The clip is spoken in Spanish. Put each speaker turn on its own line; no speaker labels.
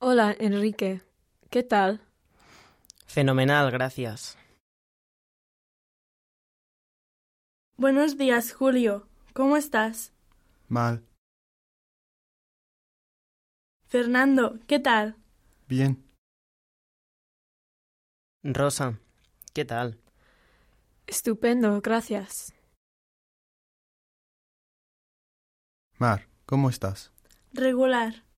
Hola, Enrique. ¿Qué tal?
Fenomenal, gracias.
Buenos días, Julio. ¿Cómo estás?
Mal.
Fernando, ¿qué tal?
Bien.
Rosa, ¿qué tal?
Estupendo, gracias.
Mar, ¿cómo estás?
Regular.